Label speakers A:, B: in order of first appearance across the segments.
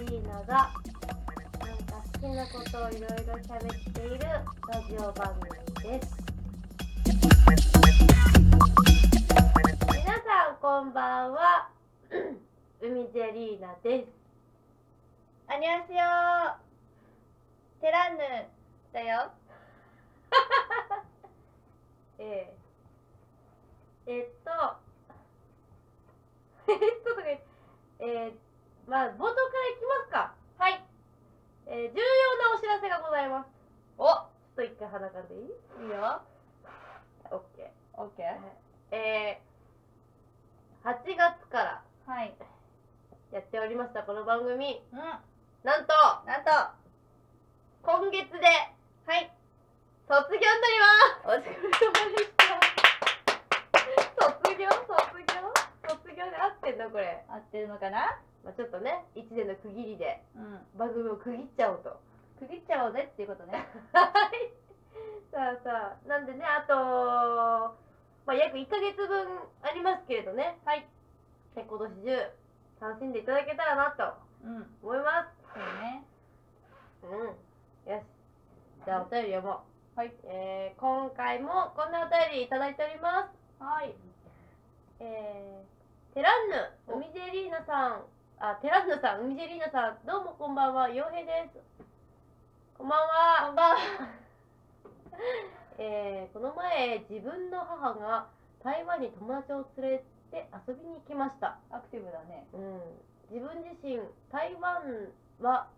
A: がなんか好きなことをいろいろ喋っているラジオ番組です皆さんこんばんは海ジェリーナです
B: アニャンセヨーテランヌだ よ
A: えー、えっと えっととか言ってえー、まあ冒頭からいきますかはい、えー、重要なお知らせがございます
B: お
A: ちょっと一回鼻かんでいい
B: いいよ
A: オッケー
B: オッケ
A: えー、8月から
B: ーはい
A: やっておりましたこの番組
B: うんな
A: なんと
B: んと
A: 今月で
B: はい
A: 卒業になり
B: お疲れ様でした
A: ます卒業卒業卒業で合ってんのこれ、
B: 合ってるのかな
A: まあ、ちょっとね1年の区切りで
B: うん
A: 番組を区切っちゃおうと
B: 区切っちゃおうぜっていうことね
A: はいさあさあなんでねあとまあ約1ヶ月分ありますけれどねはい今年中楽しんでいただけたらなと
B: うん
A: 思います
B: そうね
A: うん。よし。じゃあお便り読もう。
B: はい。
A: えー、今回もこんなお便りいただいております。
B: はい
A: えー、テランヌ、海ジェリーナさん、あ、テランヌさん、海ジェリーナさん、どうもこんばんは、洋平です。こんばんは。
B: こんばんは
A: えーこの前、自分の母が台湾に友達を連れて遊びに行きました。
B: アクティブだね
A: うん、自分自身台湾は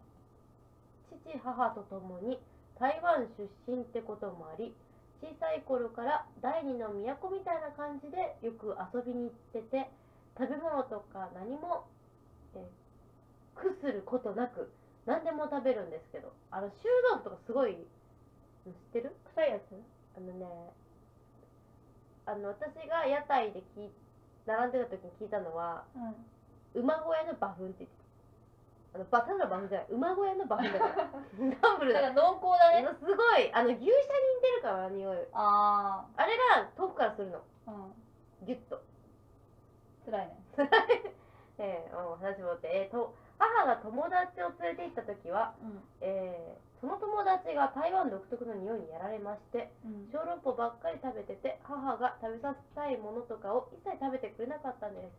A: 父母と共に台湾出身ってこともあり小さい頃から第二の都みたいな感じでよく遊びに行ってて食べ物とか何もえー苦することなく何でも食べるんですけどあの修道具とかすごい知ってる
B: 臭いやつ
A: あのねあの私が屋台で聞い並んでた時に聞いたのは
B: うん
A: 馬小屋の馬糞って言ってたあのバタの馬糞じゃない馬小屋の馬糞だ からダンブルだ
B: な
A: か
B: んか濃厚だね
A: らすごいあの牛舎に似てるから匂い
B: あ
A: あれが遠くからするの
B: あうん
A: ギュッと
B: 辛いね
A: ええお話戻って、えーと母が友達を連れて行った時は、
B: うん
A: えーその友達が台湾独特の匂いにやられまして
B: うん
A: 小籠包ばっかり食べてて母が食べさせたいものとかを一切食べてくれなかったんです、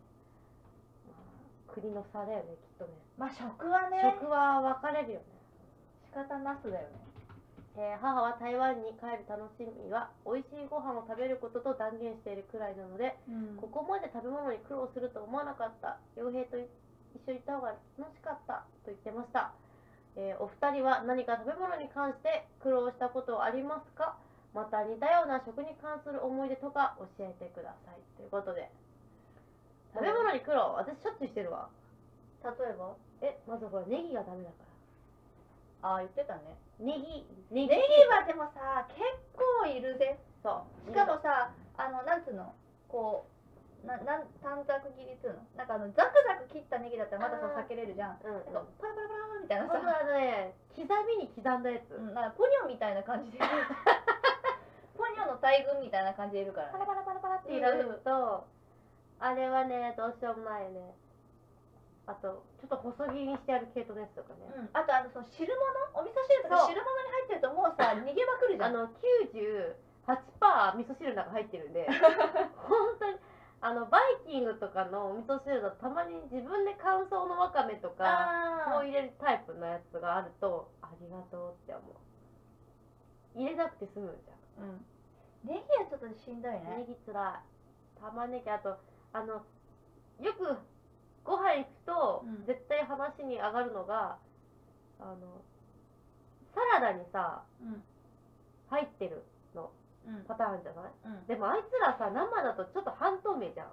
A: まあ国の差だよねきっとね
B: まあ食はね
A: 食は分かれるよね
B: 仕方なすだよね
A: えー母は台湾に帰る楽しみは美味しいご飯を食べることと断言しているくらいなので
B: うん
A: ここまで食べ物に苦労すると思わなかった傭兵と一緒にいた方が楽しかったと言ってました、えーお二人は何か食べ物に関して苦労したことはありますかまた似たような食に関する思い出とか教えてくださいということで食べ物に苦労私しょっちゅうしてるわ
B: 例えば
A: えまずほらネギがダメだから
B: ああ言ってたね
A: ネギネギ
B: ネギはでもさ結構いるぜ
A: そう
B: しかもさあのなんつうのこうななん短冊切りっつうのなんかあのザクザク切ったネギだったらまださ
A: あー
B: 避けれるじゃん
A: うんう
B: なん
A: ん
B: かパラパラパラみたいな
A: 本当
B: さ、
A: あのね刻みに刻んだやつ、
B: うん、なんかポニョみたいな感じ でポニョの大群みたいな感じでいるから、
A: パ
B: ね
A: ラ、パラパラパラって入れると、あれはねどうしようもないよねあとちょっと細切りにしてある系統のやつとかね、
B: うん、あとあのその汁物お味噌汁とか
A: そう
B: 汁物に入ってるともうさ逃げまくるじ
A: あ
B: ゃん
A: の98%味噌汁の中入ってるん で本当にあのバイキングとかのお味噌汁だとたまに自分で乾燥のわかめとかこ
B: あ
A: う
B: ー
A: 入れるタイプのやつがあるとありがとうって思う入れなくて済むじゃん
B: うんネギはちょっとしんどい
A: ネ
B: ね
A: ギつらい玉ねぎあとあのよくご飯行くと、
B: うん
A: 絶対話に上がるのがあのサラダにさ
B: うん
A: 入ってる
B: うん
A: パターンじゃない
B: うん
A: でもあいつらさ生だとちょっと半透明じゃん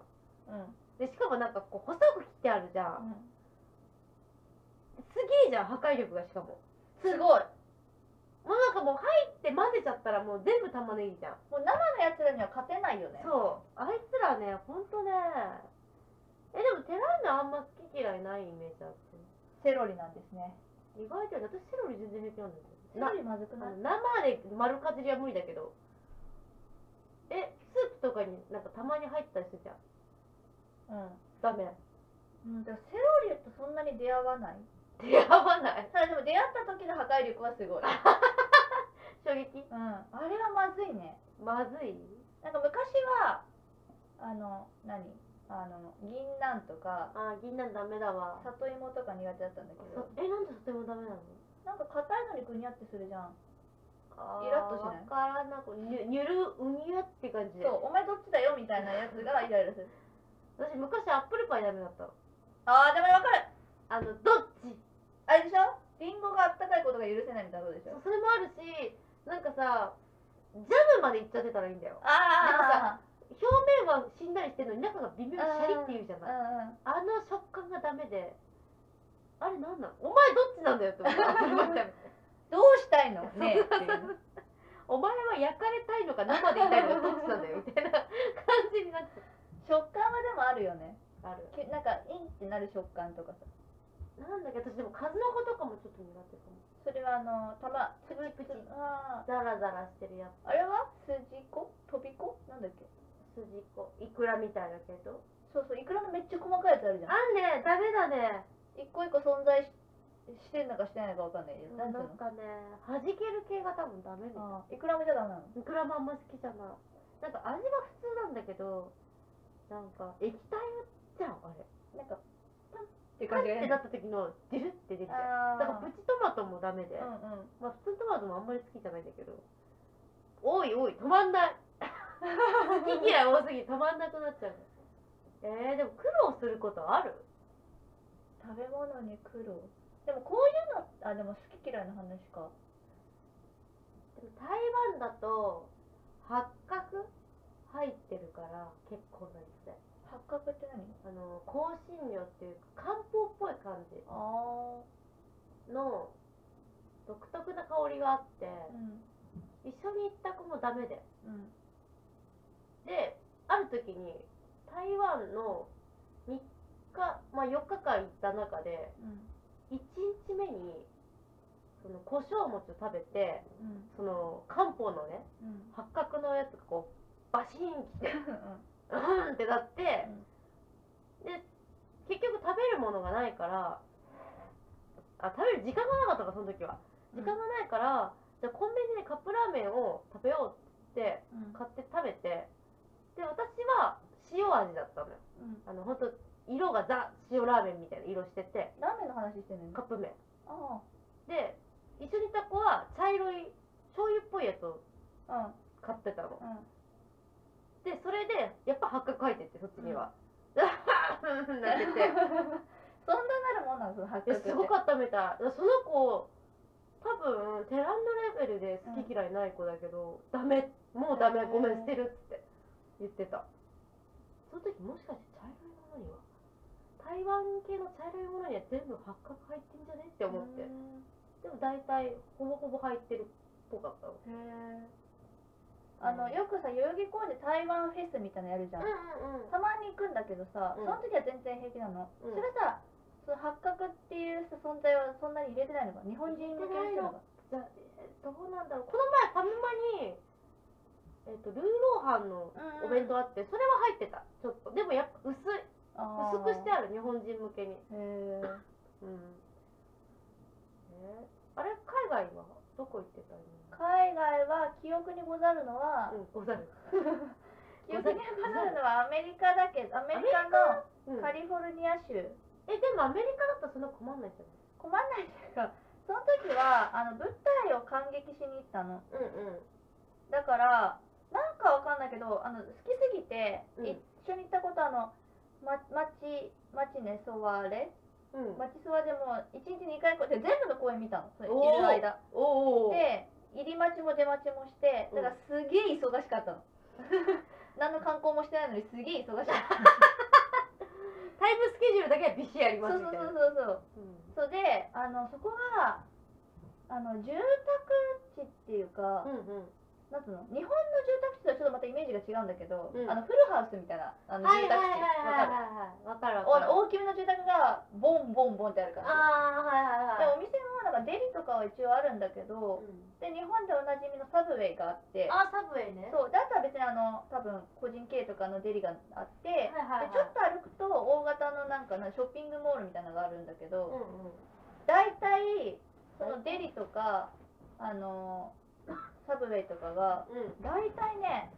B: うん
A: でしかもなんかこう細く切ってあるじゃん、
B: うん
A: すげえじゃん破壊力がしかも
B: すごい
A: もうなんかもう入って混ぜちゃったらもう全部玉ねぎじゃん
B: もう生のやつらには勝てないよね
A: そうあいつらねほんとねえでもテランナあんま好き嫌いないイメージあって
B: セロリなんですね
A: 意外とね私セロリ全然平気なんだよ
B: セ
A: な
B: ロリまずくない
A: 生で丸かじりは無理だけどえスープとかになんかたまに入ったりするじゃん
B: うん
A: ダメ
B: うん、だからセロリとそんなに出会わない
A: 出会わない
B: ただでも出会った時の破壊力はすごい、うん、あ
A: 衝撃
B: れはまずいね
A: まずい
B: なんか昔はあの何あの銀杏とか
A: あー銀杏ダメだわ
B: 里芋とか苦手だったんだけ
A: そ
B: ど
A: えなんでとてもダメなの
B: なんか硬いのにグニャってするじゃん
A: あー
B: イラッとしない
A: わからなくゆゆるうにゃって感じで
B: そうお前どっちだよみたいなやつ がイライラする
A: 私昔アップルパイダメだったの
B: ああでも分かる
A: あのどっち
B: あれでしょリンゴがあったかいことが許せないみたいなことでし
A: そ
B: ょ
A: うそれもあるしなんかさジャムまでいっちゃってたらいいんだよ
B: ああ
A: 表面はしんなりしてるのに中が微妙にシャリっていうじゃ
B: う
A: ない
B: んうん
A: あの食感がダメであれなんなのお前どっちなんだよって思ったアップルパイ ダメ
B: どうしたいのねえっていう
A: お前は焼かれたいのか生でいたいのかどっちなんだよみたいな感じになっちゃ
B: 食感はでもあるよね
A: うある
B: きなんかインってなる食感とかさ
A: なんだっけ私でも数の子とかもちょっと苦手かも
B: それはあのたま
A: プチプチ
B: あ
A: ザラザラしてるやつ
B: ーあれはすじこ飛びこなんだっけ
A: 筋子いくらみたいだけど
B: そうそういくらのめっちゃ細かいやつあるじゃん
A: あんねダメだね
B: 一個一個存在ししてんのかしてないのかわかんないよ
A: な
B: なん
A: ん
B: ていうの
A: かね弾ける系が多分ダメみたい
B: あーいくらもじゃダメなの
A: いくらもあんま好きじゃないなんか味は普通なんだけどなんか液体じゃんあれ
B: なんかパンって
A: パン
B: 感
A: っ
B: じが
A: て
B: ね
A: なった時のジュルって出てきちゃう
B: あ
A: だ
B: ー
A: からプチトマトもダメで、
B: うんうん
A: まあ普通のトマトもあんまり好きじゃないんだけどおいおい止まんない 好き嫌い多すぎて止まんなくなっちゃうえー、でも苦労することある
B: 食べ物に苦労でもこういうのあでも好き嫌いの話か
A: でも台湾だと八角入ってるから結構なりそう
B: 八角って何
A: あの香辛料っていうか漢方っぽい感じ
B: あ
A: の独特な香りがあって
B: あうん
A: 一緒に行った子もダメで
B: うん
A: である時に台湾の3日、まあ、4日間行った中で
B: うん
A: 1日目にその胡椒餅を食べて
B: うん
A: その漢方のね
B: うん
A: 八角のやつがこうバシーンきてうんってなって、で結局食べるものがないからあ食べる時間がなかったかその時は時間がないから、じゃあコンビニでカップラーメンを食べようって
B: うん
A: 買って食べてで私は塩味だったのよ
B: うん
A: あの本当色がザ塩ラーメンみたいな色してて
B: ラーメンの話してんのよね
A: カップ麺
B: あ
A: で一緒にいた子は茶色い醤油っぽいやつを
B: あ
A: 買ってたの
B: うんうん
A: でそれでやっぱ八角入っててそっちには、う なって て
B: そんななるもんなのその八
A: いや
B: 角って
A: すごかったみたいその子多分テランドレベルで好き嫌いない子だけど、ダメもうダメ
B: へー
A: ごめん捨てるって言ってたその時もしかして茶色いものには台湾系の茶色いものには全部八角入ってんじゃねって思って、
B: うん
A: でも大体ほぼほぼ入ってるっぽかったの
B: へえあのよくさ代々木公園で台湾フェスみたいなのやるじゃん
A: んうん
B: たまに行くんだけどさ、
A: うん
B: その時は全然平気なの、
A: うん
B: それさその八角っていうさ存在はそんなに入れてないのか日本人向けにしてるのか
A: じゃあえーどうなんだろうこの前ファミマにえっ、とルーローハンのお弁当あってそれは入ってたちょっとでもやっぱ薄い薄くして
B: へ
A: ある日本人向けに、
B: え
A: うんえあれ海外はどこ行ってたの
B: 海外は記憶にござるのは、
A: うんござる
B: 記憶にござるのはアメリカだけどアメリカの
A: うん
B: カリフォルニア州、
A: えでもアメリカだったらそんな困んないじゃな
B: 困んないっていうかその時はあの舞台を感激しに行ったの
A: いうんうん
B: だからなんかわかんないけどあの好きすぎて、
A: うん
B: 一緒に行ったことあの「まちまちねそわれ」
A: うん
B: 町そばでも1日2回こうやって全部の公園見たのそれい
A: おー
B: る間
A: おお
B: で入り待ちも出待ちもしてだからすげえ忙しかったの 何の観光もしてないのにすげえ忙しかった
A: タイムスケジュールだけはビシあります
B: そう
A: み
B: そ
A: たいな
B: うそ
A: う
B: うそうそうそうであのそこがあの住宅地っていうか、
A: んうん
B: なんつうの日本の住宅地とはちょっとまたイメージが違うんだけど、
A: うん
B: あのフルハウスみたいなあ
A: う
B: の
A: んはい
B: 住
A: はい
B: 宅
A: はい
B: 地わ
A: はい
B: かる
A: はいわかるわかる
B: お大きめの住宅がボンボンボンってあるから
A: ああ
B: で
A: はいはいはい
B: お店もなんかデリとかは一応あるんだけ
A: う
B: ど、
A: ん
B: で日本でおなじみのサブウェイがあって
A: あーサブウェイね
B: そうだったら別にあの多分個人経営とかのデリがあって、
A: はいはいはい
B: でちょっと歩くと大型のなんかなショッピングモールみたいなのがあるんだけ
A: う
B: ど、
A: んうん
B: 大大体そのデリとかあのサブウェイとかが
A: うん
B: 大体ね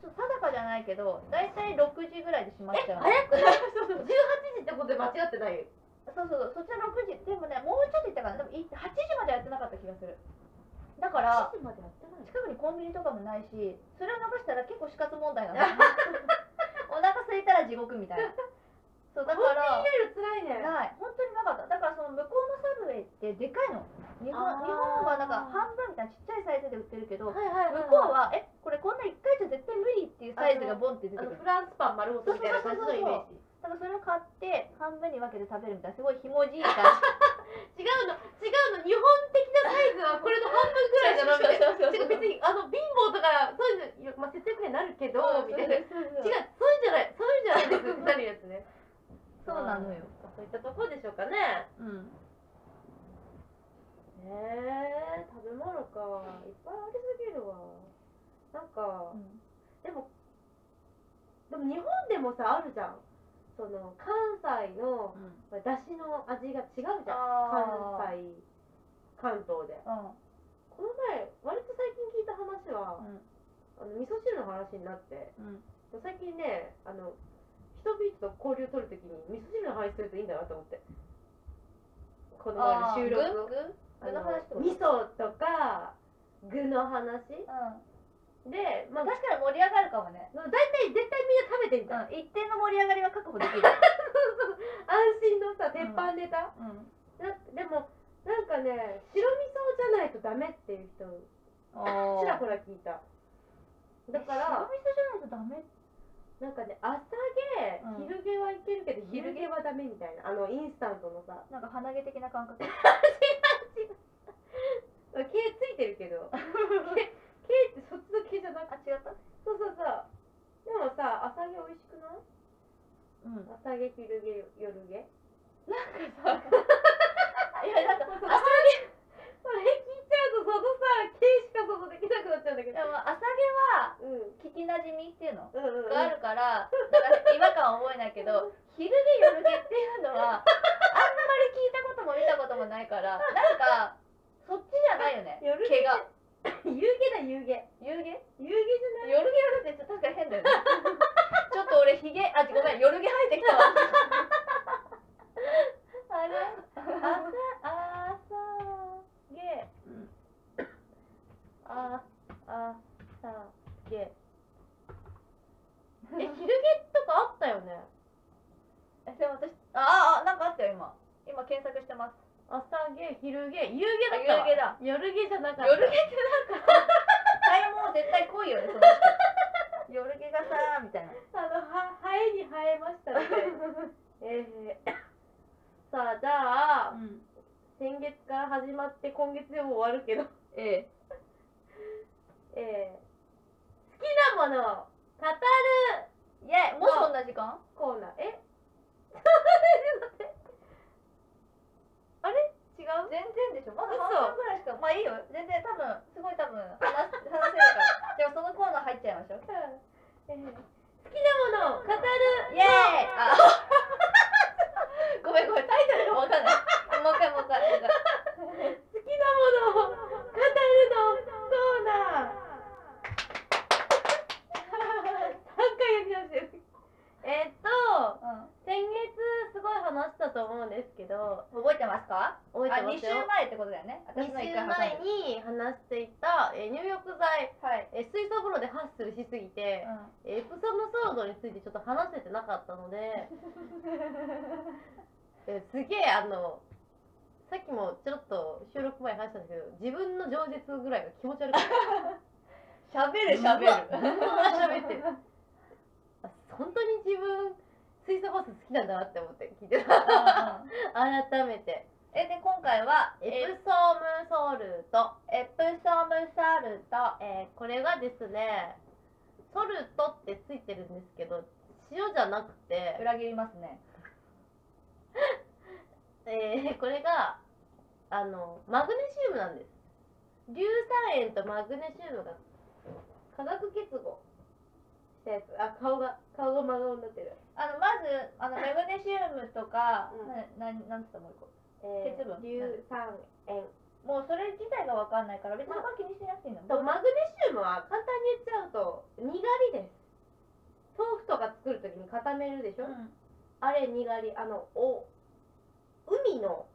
B: ちょっと定かじゃないけど大体6時ぐらいで閉まっちゃうの
A: 早くないそうそう18時ってことで間違ってない
B: そうそうそうそっちは6時でもねもうちょっといったかなでもい8時までやってなかった気がするだから
A: 時までやってない
B: 近くにコンビニとかもないしそれを逃したら結構死活問題なの お腹空いたら地獄みたいなそうだから
A: つらいね
B: ない本当になかっただからその向こうのサブウェイってでかいの日本
A: あー
B: 日本はなんか半分みたいなちっちゃいサイズで売ってるけど
A: は
B: 向
A: い
B: こ
A: はいはい、
B: うはえこれこんな1回じゃ絶対無理っていうサイズがボンって出て
A: あの
B: くる
A: フランスパン丸ごとみたいな感じのイメージ
B: だからそれを買って半分に分けて食べるみたいなすごいひもじい感
A: 違
B: じ
A: うの違うの日本的なサイズはこれの半分ぐらいじゃなみたいな
B: そうそうそう
A: 違う別にあの貧乏とかそういうの、まあ、節約になるけどみたいな違うそういうんじゃないそうい
B: 違う
A: うんじゃないですってなるやつね
B: そうなのよ
A: まあそういったところでしょうかね
B: うん
A: へえ食べ物かいっぱいありすぎるわなんかでもでも日本でもさあるじゃんその関西の
B: うん
A: だしの味が違うじゃん
B: あ
A: 関西関東で
B: ーうん
A: この前割と最近聞いた話は、あの味噌汁の話になって
B: うん
A: 最近ねあの人々と交流取るときに味噌汁の話するといいんだなと思ってこの前の収録を
B: 具具の話っ
A: あの
B: てこと
A: 味噌とか具の話
B: う
A: で、まあ、
B: ん、確かに盛り上がるかもね、
A: 大体絶対みんな食べてん
B: う
A: じゃん、
B: ん、一定の盛り上がりは確保できる、
A: 安心のさ鉄板ネタ、
B: うん、
A: なでもなんかね白味噌じゃないとダメっていう人ちらほら聞いただから
B: 白味噌じゃないとダメ
A: なんかね朝
B: うん
A: 毛昼毛はいけるけど昼毛はダメみたいなあのインスタントのさ
B: なんか鼻毛的な感覚
A: 毛ついてるけ ど毛毛ってそっちの毛じゃなくて
B: あ違った
A: そうそうそうでもさ朝毛美味しくない
B: うんなんか
A: 朝毛昼毛夜毛
B: さいやなんか
A: そうそう それ聞いちゃうとそのさ毛しか想像できなくなっちゃうんだけ
B: で
A: ど
B: も朝
A: うん
B: 毛は聞きなじみっていうの
A: うんうんうん
B: があるからなんか違和感は覚えないけど昼毛夜毛っていうのはあんまり聞いたことも見たこともないからなんかそっちじゃないよね
A: 夜毛
B: 毛が
A: 夕毛だ夕毛夕
B: 夕毛
A: 毛じゃない
B: 夜毛夜毛って確かに変だよねちょっと俺ひげあごめん夜毛生えてきたわあれ
A: 朝朝毛
B: うん
A: ああさ毛 え昼毛とかあったよね
B: えでも私ああなんかあったよ今今検索してます
A: 朝毛昼毛夕毛だったわ
B: あ夕毛だ
A: 夜毛じゃなかった
B: 夜毛ってなんか体毛絶対濃いよねその人夜毛がさみたいな
A: あのは生えに生えましたみたいな えー、 さあじゃあ、
B: ん
A: 先月から始まって今月でも終わるけど、
B: ええ
A: えー、好きなものを語る
B: いやもうそんな時間
A: コーナーえ
B: 違う全然でしょまだ
A: 嘘
B: 半分ぐらいしかまあいいよ全然多分すごい多分話話せる からじゃあそのコーナー入っちゃいましょう
A: えー好きなものを語る
B: イエーイあ ごめんごめんタイトルが分かんないもう一回もう一回もう一回
A: 好きなものを語るのコーナー 三回やり直してるえーっと先月すごい話したと思うんですけど
B: うん、覚えてますか
A: 覚えて
B: あ
A: ま
B: 2
A: す
B: 週
A: よ
B: 前ってことだよね
A: 2
B: 私
A: 週
B: の
A: 前
B: 1回挟んでる
A: に話していた、えー入浴剤、
B: はい、
A: えー水素風呂でハッスルしすぎて、エプソムソードについてちょっと話せてなかったのでえすげえあのさっきもちょっと収録前に話したんですけど自分の饒舌ぐらいが気持ち悪くて
B: しゃべるし
A: しゃ
B: ゃ
A: べ
B: べ
A: る
B: る
A: 喋ってるあ本当に自分水素バス好きなんだなって思って聞いてた改めて
B: えで今回は
A: エ
B: エ
A: プソムソルト、
B: プエプソムサルト
A: えーこれがですねソルトってついてるんですけど塩じゃなくて
B: 裏切りますね
A: えーこれがあのマグネシウムなんです硫酸塩とマグネシウムが化学結合したやつあ顔が顔が真顔になってる
B: あのまずあのマグネシウムとか、
A: うん
B: なななんつったもう一個
A: え
B: 鉄分
A: ー、13円
B: もうそれ自体が分かんないから別に他気にしてなくていいの、
A: とマグネシウムは簡単に言っちゃうとにがりです豆腐とか作るときに固めるでしょ、
B: うん
A: あれにがりあのお海の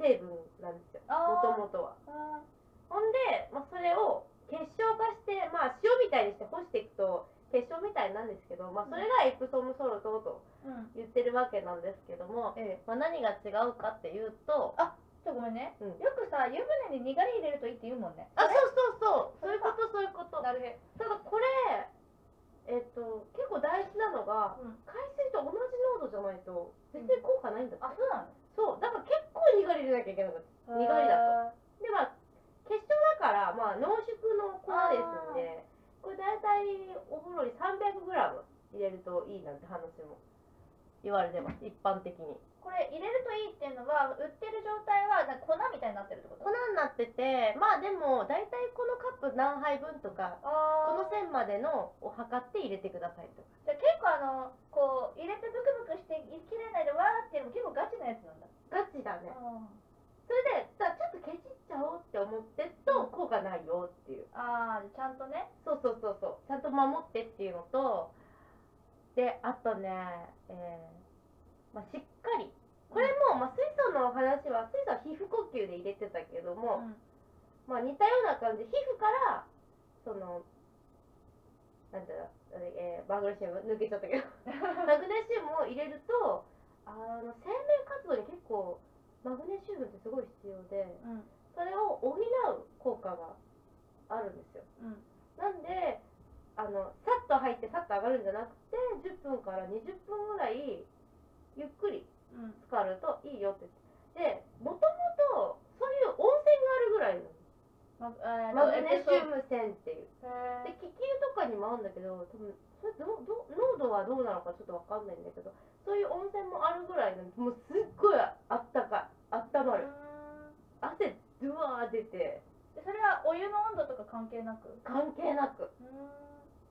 A: 成分なんですよも
B: あ
A: と
B: ー
A: もとは
B: あ
A: ほんで、まあ、それを結晶化して、まあ、塩みたいにして干していくと結晶みたいになるんですけど、まあ、それがエプソムソルトと
B: ーうん
A: 言ってるわけなんですけども、
B: ええ
A: まあ、何が違うかっていうと
B: ちょっとごめんね、
A: うん
B: よくさ湯船ににがり入れるといいって言うもんね
A: あそうそうそうそういうことそういうこと
B: なるへ
A: ただこれえっと結構大事なのが
B: うん
A: 海水と同じ濃度じゃないと全然効果ないんだって、
B: あそうなの
A: そうだから結構にがり入れなきゃいけなかったにがりだ
B: と
A: でまあ結晶だから、まあ、濃縮の粉ですんでこれ大体お風呂に 300g 入れるといいなんて話も言われてます一般的に
B: これ入れるといいっていうのは売ってる状態はなんか粉みたいになってるってこと
A: 粉になっててまあでも大体このカップ何杯分とかこ
B: あ
A: の線までのを測って入れてくださいとか
B: じゃあ結構あのこう入れてブクブクしていきれないでわーっていうのも結構ガチなやつなんだ
A: ガチだね
B: あ
A: それでさちょっとケチっちゃおうって思ってっと効果ないよっていう
B: ーあーちゃんとね
A: そうそうそうそうちゃんと守ってっていうのとであとね、えーまあ、しっかりこれも、まあ、水素の話は水素は皮膚呼吸で入れてたけども、
B: うん
A: まあ、似たような感じ皮膚からそのなんていうの、えー、バグネシウム抜けちゃったけど マグネシウムを入れるとあの生命活動に結構マグネシウムってすごい必要で
B: うん
A: それを補う効果があるんですよ
B: うん
A: なんであのさっと入ってさっと上がるんじゃなくて10分から20分ぐらいゆっくり
B: うん
A: 浸かるといいよってでもともとそういう温泉があるぐらいの
B: マグえー
A: マ
B: と
A: グネシ
B: えっ
A: ウム泉っていう
B: と
A: で
B: へー
A: 気球とかにもあるんだけど多分それどど濃度はどうなのかちょっとわかんないんだけどそういう温泉もあるぐらいのもうすっごいあったかいあったま
B: う
A: る
B: ーん
A: 汗ドゥワー出て
B: でそれはお湯の温度とか関係なく
A: 関係なく
B: うーん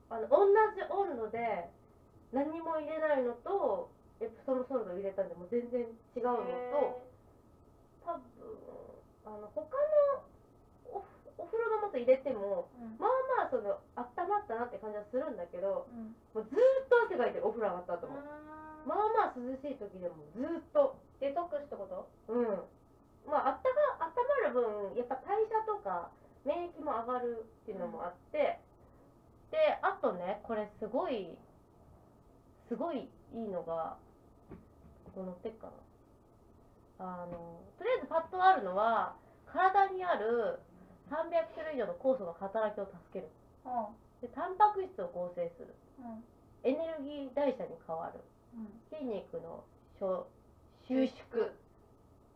A: あの同じ温度で何も入れないのとエプソムソルトを入れたんでもう全然違うのと多分あの他のおお風呂の素入れても
B: へーうん
A: まあまあその温まったなって感じはするんだけど
B: うん
A: もうずーっと汗かいてるお風呂上がった後も、
B: うーん
A: まあまあ涼しい時でもずーっと
B: デトックスってこと
A: うんまああったか温まる分やっぱ代謝とか免疫も上がるっていうのもあって、であとねこれすごいすごいいいのがここ載ってっかなあのとりあえずパッとあるのは体にある300種類以上の酵素の働きを助ける
B: う
A: でタンパク質を合成する
B: んうん
A: エネルギー代謝に変わる
B: うん
A: 筋肉の消収縮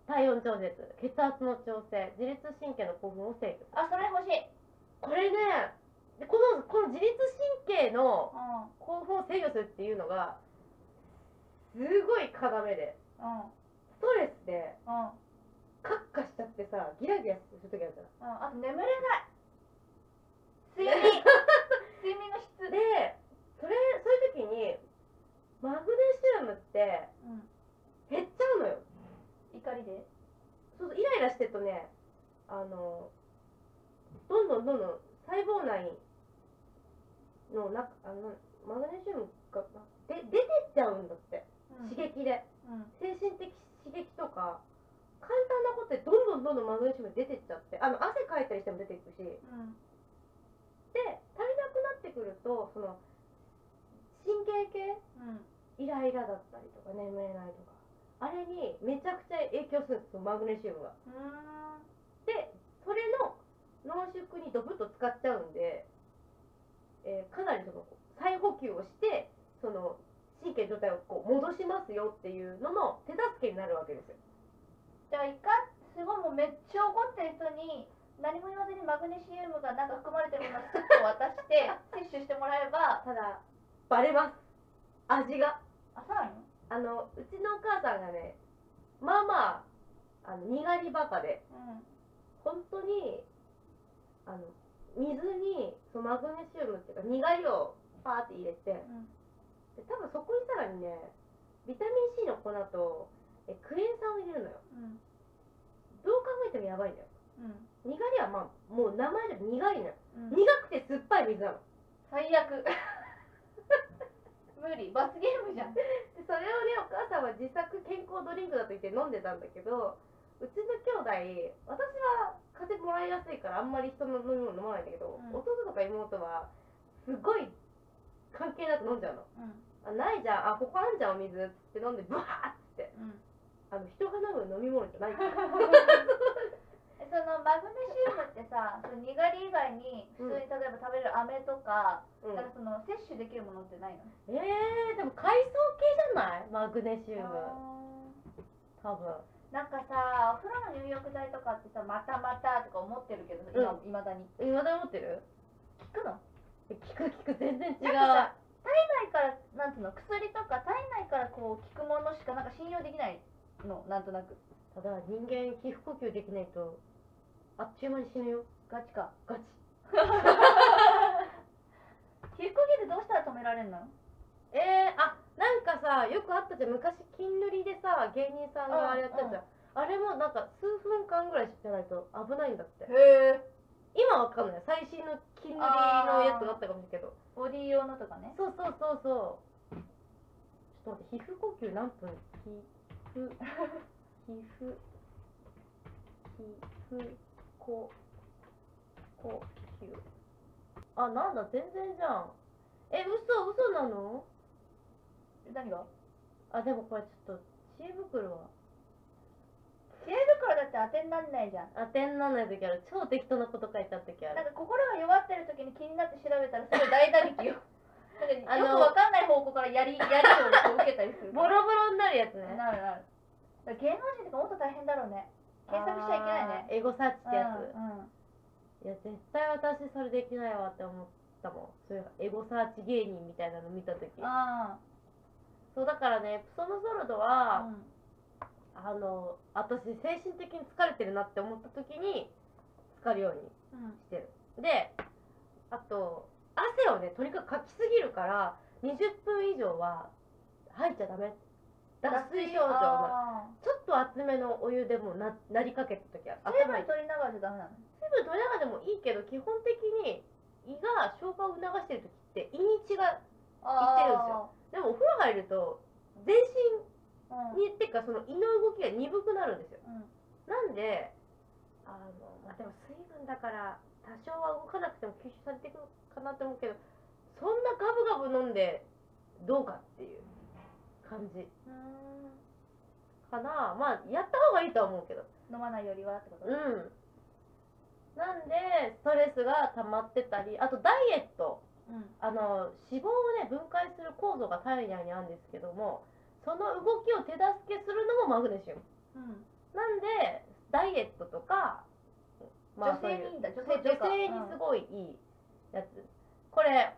A: 体温調節血圧の調整自律神経の興奮を制御
B: あそれ欲しい
A: これねでこのこの自律神経の
B: うん
A: 興奮を制御するっていうのがすごい要で
B: うん
A: ストレスで
B: うん
A: カッカしちゃってさギラギラする時あるじゃん
B: うんあと眠れない睡眠 睡眠の質
A: でそれそういう時にマグネシウムって
B: うん
A: 減っちゃうのよ
B: 怒りで
A: そうそうイライラしてるとねあのどんどんどんどん細胞内の中あのマグネシウムがで出てっちゃうんだって、
B: うん
A: 刺激で
B: うん
A: 精神的刺激とか簡単なことでどんどんどんどんマグネシウム出てっちゃってあの汗かいたりしても出ていくしで
B: うん
A: 足りなくなってくるとその神経系
B: うん
A: イライラだったりとか眠れないとかあれにめちゃくちゃ影響するんですよマグネシウムが。
B: うーん
A: でそれの濃縮にドブッと使っちゃうんで、えーかなりその再補給をしてその神経状態をこう戻しますよっていうのの手助けになるわけですよ
B: じゃあ一回すごいもうめっちゃ怒ってる人に何も言わずにマグネシウムがなんか含まれてるものをちょっと渡して 摂取してもらえば
A: ただバレます味が
B: あそうなの
A: あのうちのお母さんがねまあまああのにがりバカで
B: うん
A: 本当にあの水にそのマグネシウムっていうかにがりをパーって入れて、
B: うん
A: で多分そこにさらにねビタミン C の粉とえクエン酸を入れるのよ
B: うん
A: どう考えてもやばいんだよ
B: うん
A: 苦りはまあもう名前で苦いなのよ
B: うん
A: 苦くて酸っぱい水なの
B: 最悪 無理罰ゲームじゃん
A: でそれをねお母さんは自作健康ドリンクだと言って飲んでたんだけどうちの兄弟私は風邪もらいやすいからあんまり人の飲み物飲まないんだけど、
B: うん
A: 弟とか妹はすごい関係なく飲んじゃうのあないじゃんあここあんじゃんお水っつって飲んでブワーって
B: うん うん
A: あの人が飲む飲み物じゃ ないから
B: そのマグネシウムってさそのにがり以外に普通に例えば食べる飴とか,、
A: うん
B: なんかその摂取できるものってないの
A: えー、でも海藻系じゃないマグネシウム
B: あ
A: 多分
B: ーなんかさお風呂の入浴剤とかってさまたまたとか思ってるけど今いま、未だに
A: えまだ持ってる
B: 効くの
A: え聞く聞く全然違う
B: なんかさ体内からなんつうの薬とか体内からこう効くものしかなんか信用できないのなんとなく
A: ただ人間皮膚呼吸できないとあっちゅう間に死ぬよ
B: ガチか
A: ガチ
B: 皮膚呼吸でどうしたら止められるの
A: えー、あなんかさよくあったじゃん昔金塗りでさ芸人さんがあれやったじゃん、
B: うんうん
A: あれもなんか数分間ぐらいじゃないと危ないんだって
B: へえ
A: 今わかんない最新の金塗りのやつがあったかもしれないけど
B: ボディ用のとかね
A: そうそうそうそうちょっと待って皮膚呼吸何分皮膚皮膚皮膚こ呼吸あなんだ全然じゃんえ嘘嘘なの
B: 何が
A: あでもこれちょっと知恵袋は
B: 知恵袋だって当てになんないじゃん
A: 当てにならない時ある超適当なこと書いてある時あ
B: なん
A: る
B: か心が弱ってる時に気になって調べたらすごい大打撃よなん か
A: あの
B: よくわかんない方向からやりやりをこう受けたりする
A: ボロボロになるやつね
B: なるなるだから芸能人とかもっと大変だろうね検索しちゃいけないね
A: あーエゴサーチってやつ、
B: うんうん
A: いや絶対私それできないわって思ったもんそういうエゴサーチ芸人みたいなの見た時
B: あ
A: そうだからねプソノソロド
B: あ、
A: は、
B: うん
A: あの私精神的に疲れてるなって思った時に使うように
B: うん、
A: してるであと汗をねとにかくかきすぎるから20分以上は入っちゃダメ脱水症状が
B: あ
A: ちょっと熱めのお湯でもななりかけた時は
B: ー水
A: 頭
B: 分
A: に
B: 取りながらじゃダメなの
A: 水分取りながらでもいいけど基本的に胃が消化を促してる時って胃に血が
B: あ
A: でもお風呂入ると全
B: ー
A: 身にっていうかその胃の動きが鈍くなるんですよ
B: うん、うん、
A: なんであの、まあ、でも水分だから多少は動かなくても吸収されていくかなと思うけどそんなガブガブ飲んでどうかっていう感じ
B: う
A: かなまあやった方がいいとは思うけど
B: ーん飲まないよりはってこと、
A: うんなんでストレスが溜まってたりあとダイエット
B: うん
A: あの脂肪をね分解する構造が体内にあるんですけどもその動きを手助けするのもマグネシウム
B: うん
A: なんでダイエットとか、
B: 女
A: そういう
B: 性にいいんだ女
A: そう
B: 性っていう
A: 女性に
B: か
A: すごいいいやつ、これ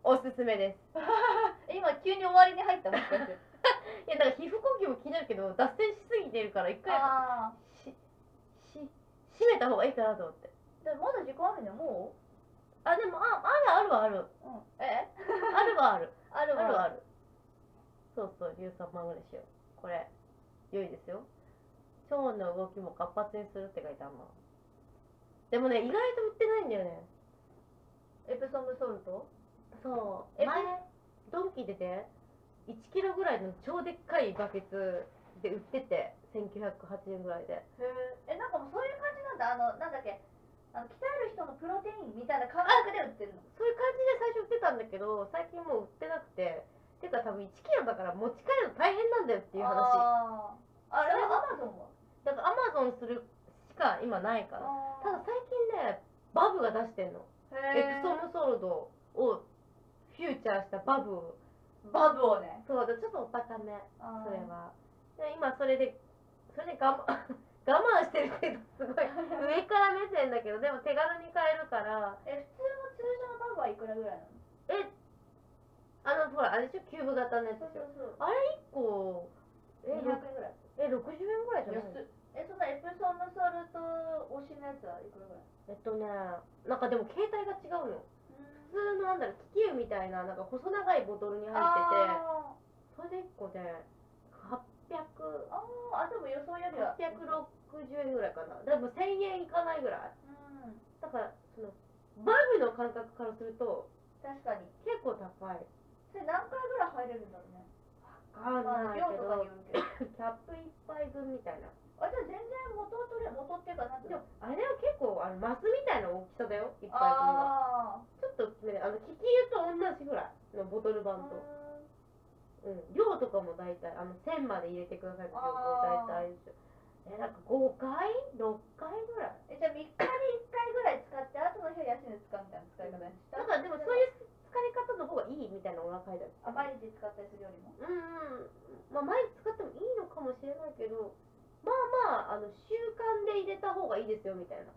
A: おすすめです
B: うん今急に終わりに入ったもしかして
A: いやだから皮膚呼吸も気になるけど脱線しすぎてるから一回
B: ああ
A: しし締めた方がいいかなと思って
B: でもまだ時間あるねも
A: あでもああるあるはある
B: う、うん、え
A: あるはある
B: ある
A: あ
B: わ
A: るあるそうそう硫酸マグネシウムこれ良いですよ腸の動きも活発にするって書いてあるのでもね意外と売ってないんだよね
B: エプソムソルト
A: そう
B: え
A: 前ドンキでね1キロぐらいの超でっかいバケツで売ってて1908円ぐらいで
B: へえなんかもうそういう感じなんだあのなんだっけあの鍛える人のプロテインみたいな感覚で売ってるの
A: そういう感じで最初売ってたんだけど最近もう売ってなくててか多分1キロだから持ち帰るの大変なんだよっていう話
B: あーあれはアマゾンは
A: だからアマゾンするしか今ないからただ最近ねバブが出してんのエプソムソルドをフューチャーしたバブを
B: バブをね
A: そうだちょっとお高め
B: あー
A: それはで今それでそれで我慢我慢して るけどす ごい上から目線だけどでも手軽に買えるから
B: え普通の通常のバブはいくらぐらいなの
A: えあのほらあれでしょキューブ型のやつでしょ
B: そう
A: 結構え
B: 200円
A: ろ
B: ぐらい
A: え60円ぐらいじゃない
B: 安っえそのエプソムソルト推しのやつはいくらぐら
A: えっ
B: い
A: とねなんかでも携帯が違うの普通のなんだろう気球みたいななんか細長いボトルに入ってて
B: あ
A: それで1個で800
B: ーあーあでも予想よりは
A: 806 160円ぐらいかなでも1000円いかないぐらい
B: うん、
A: だからそのバブの感覚からすると
B: 確かに
A: 結構高い
B: それ何回ぐらい入れるんだろうね
A: わかんな
B: まあ
A: い
B: 量
A: け
B: とか
A: ど
B: によるけど
A: キャップ一杯分みたいな
B: あじゃあ全然元を取れ元っていうかなんてい
A: で
B: う
A: もあ
B: の
A: れは結構あのマスみたいな大きさだよ一杯分が
B: あ
A: ちょっと大きめであの気球と同じぐらいのボトル
B: ー
A: 版と、うん、量とかも大体あの1000まで入れてくださいっていう
B: あ
A: の大
B: ー
A: 体ですよえなんか5回6回ぐらい
B: えじゃあ3日で1回ぐらい使ってあとの日は休んで使うみたいな使い方にし
A: な
B: た
A: んかでもそういう疲れ方の方がいいみたいなのが書いてある
B: あ毎日使ったりするよりも
A: うんうんまあ毎日使ってもいいのかもしれないけどまあまああの習慣で入れた方がいいですよみたいな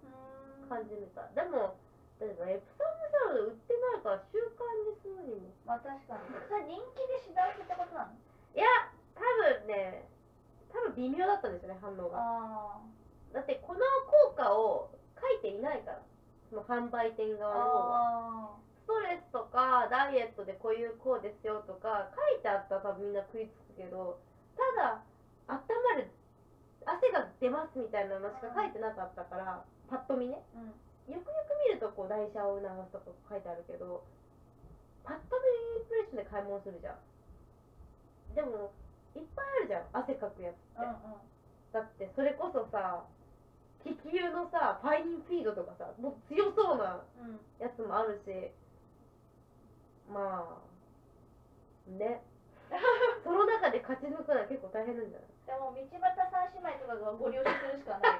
A: 感じみたいでも例えばエプソムソード売ってないから習慣にするにも
B: まあ確かにそれ人気で品薄ってことなの
A: いや多分ね多分微妙だったんですよね反応が
B: あ
A: だってこの効果を書いていないからその販売店
B: あ
A: 側の方は
B: あ
A: ストレスとかダイエットでこういうこうですよとか書いてあったら多分みんな食いつくけどただ温まる汗が出ますみたいなのしか書いてなかったからパッと見ね
B: ーうん
A: よくよく見るとこう台車を促すとか書いてあるけどパッと見インプレッションで買い物するじゃんでもいっぱいあるじゃん汗かくやつって、
B: うんうん
A: だってそれこそさ気球のさファイニンフィードとかさもう強そうな
B: うん
A: やつもあるしまあ ねその中で勝ち抜くのは結構大変なんじゃない
B: でも道端三姉妹とかがご了承するし かないよ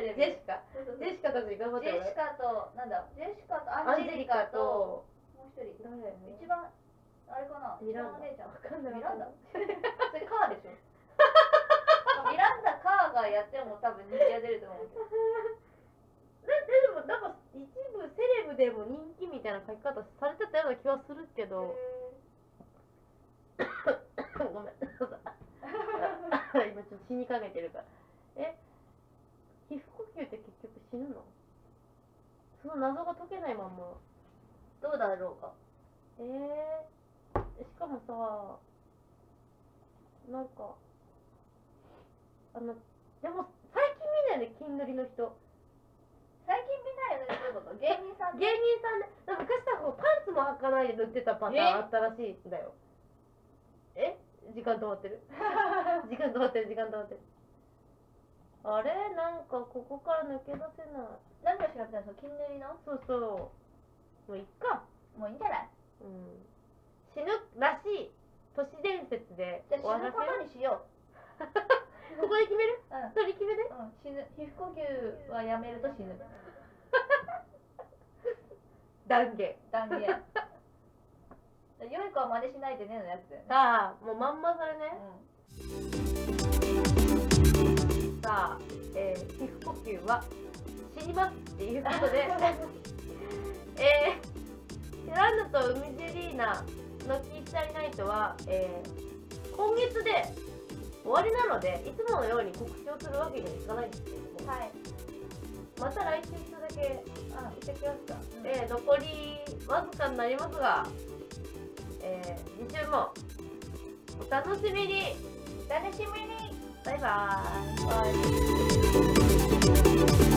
B: テレビ
A: ジェシカ
B: そうそう
A: ジ
B: そう
A: ェシカたち頑張っ
B: ジ
A: ても
B: ェ
A: らえ
B: シカとなんだジェシカと
A: ア
B: ア
A: ン
B: ン
A: ジ
B: ジ
A: ェ
B: ェ
A: リ
B: リ
A: カ
B: カと
A: と
B: もう一人
A: 誰
B: 一番あれかな
A: ミランダ
B: 一番お姉ちゃん
A: わかんない
B: ミランダそれカーでしょ ミランダカーがやっても多分人気が出ると思うけど
A: ででもなんか一部セレブでも人気みたいな書き方されてたような気はするけどごめん 今ちょっと死にかけてるからえ皮膚呼吸って結局死ぬのその謎が解けないまんま
B: どうだろうか
A: えー、しかもさなんかあのでも最近見ないね金取りの人
B: 最近見ないよねそういうこと芸人さん
A: 芸人さんででも昔さこうパンツも履かないで塗ってたパターンあったらしいんだよえ時間止まって る時間止まってる時間止まってるあれなんかここから抜け出せない
B: 何を調べたのその金塗りの
A: そうそうもういっか
B: もういいんじゃない
A: うん死ぬらしい都市伝説で
B: じゃあ死
A: 終わ
B: ぬ
A: らせ
B: こ
A: よ
B: とにしよ
A: うここで決める
B: ううん
A: 一人決めで
B: うん、死ぬ皮膚呼吸はやめると死ぬ
A: 断言
B: 断 言良い子は真似しないでねのやつだよね、
A: さあもうまんまそれ
B: う
A: ね
B: ん、
A: さあ、えー、皮膚呼吸は死にますっていう ことでえー、テランドとウミジェリーナのキースタイナイトは、えー、今月で終わりなのでいつものように告知をするわけにはいかないんですけれども
B: はい、
A: また来週一つだけ、
B: あ、行ってきますか、うん
A: えー、残りわずかになりますが、えー、2週もお楽しみに
B: お楽しみに
A: バイバーイ。
B: はい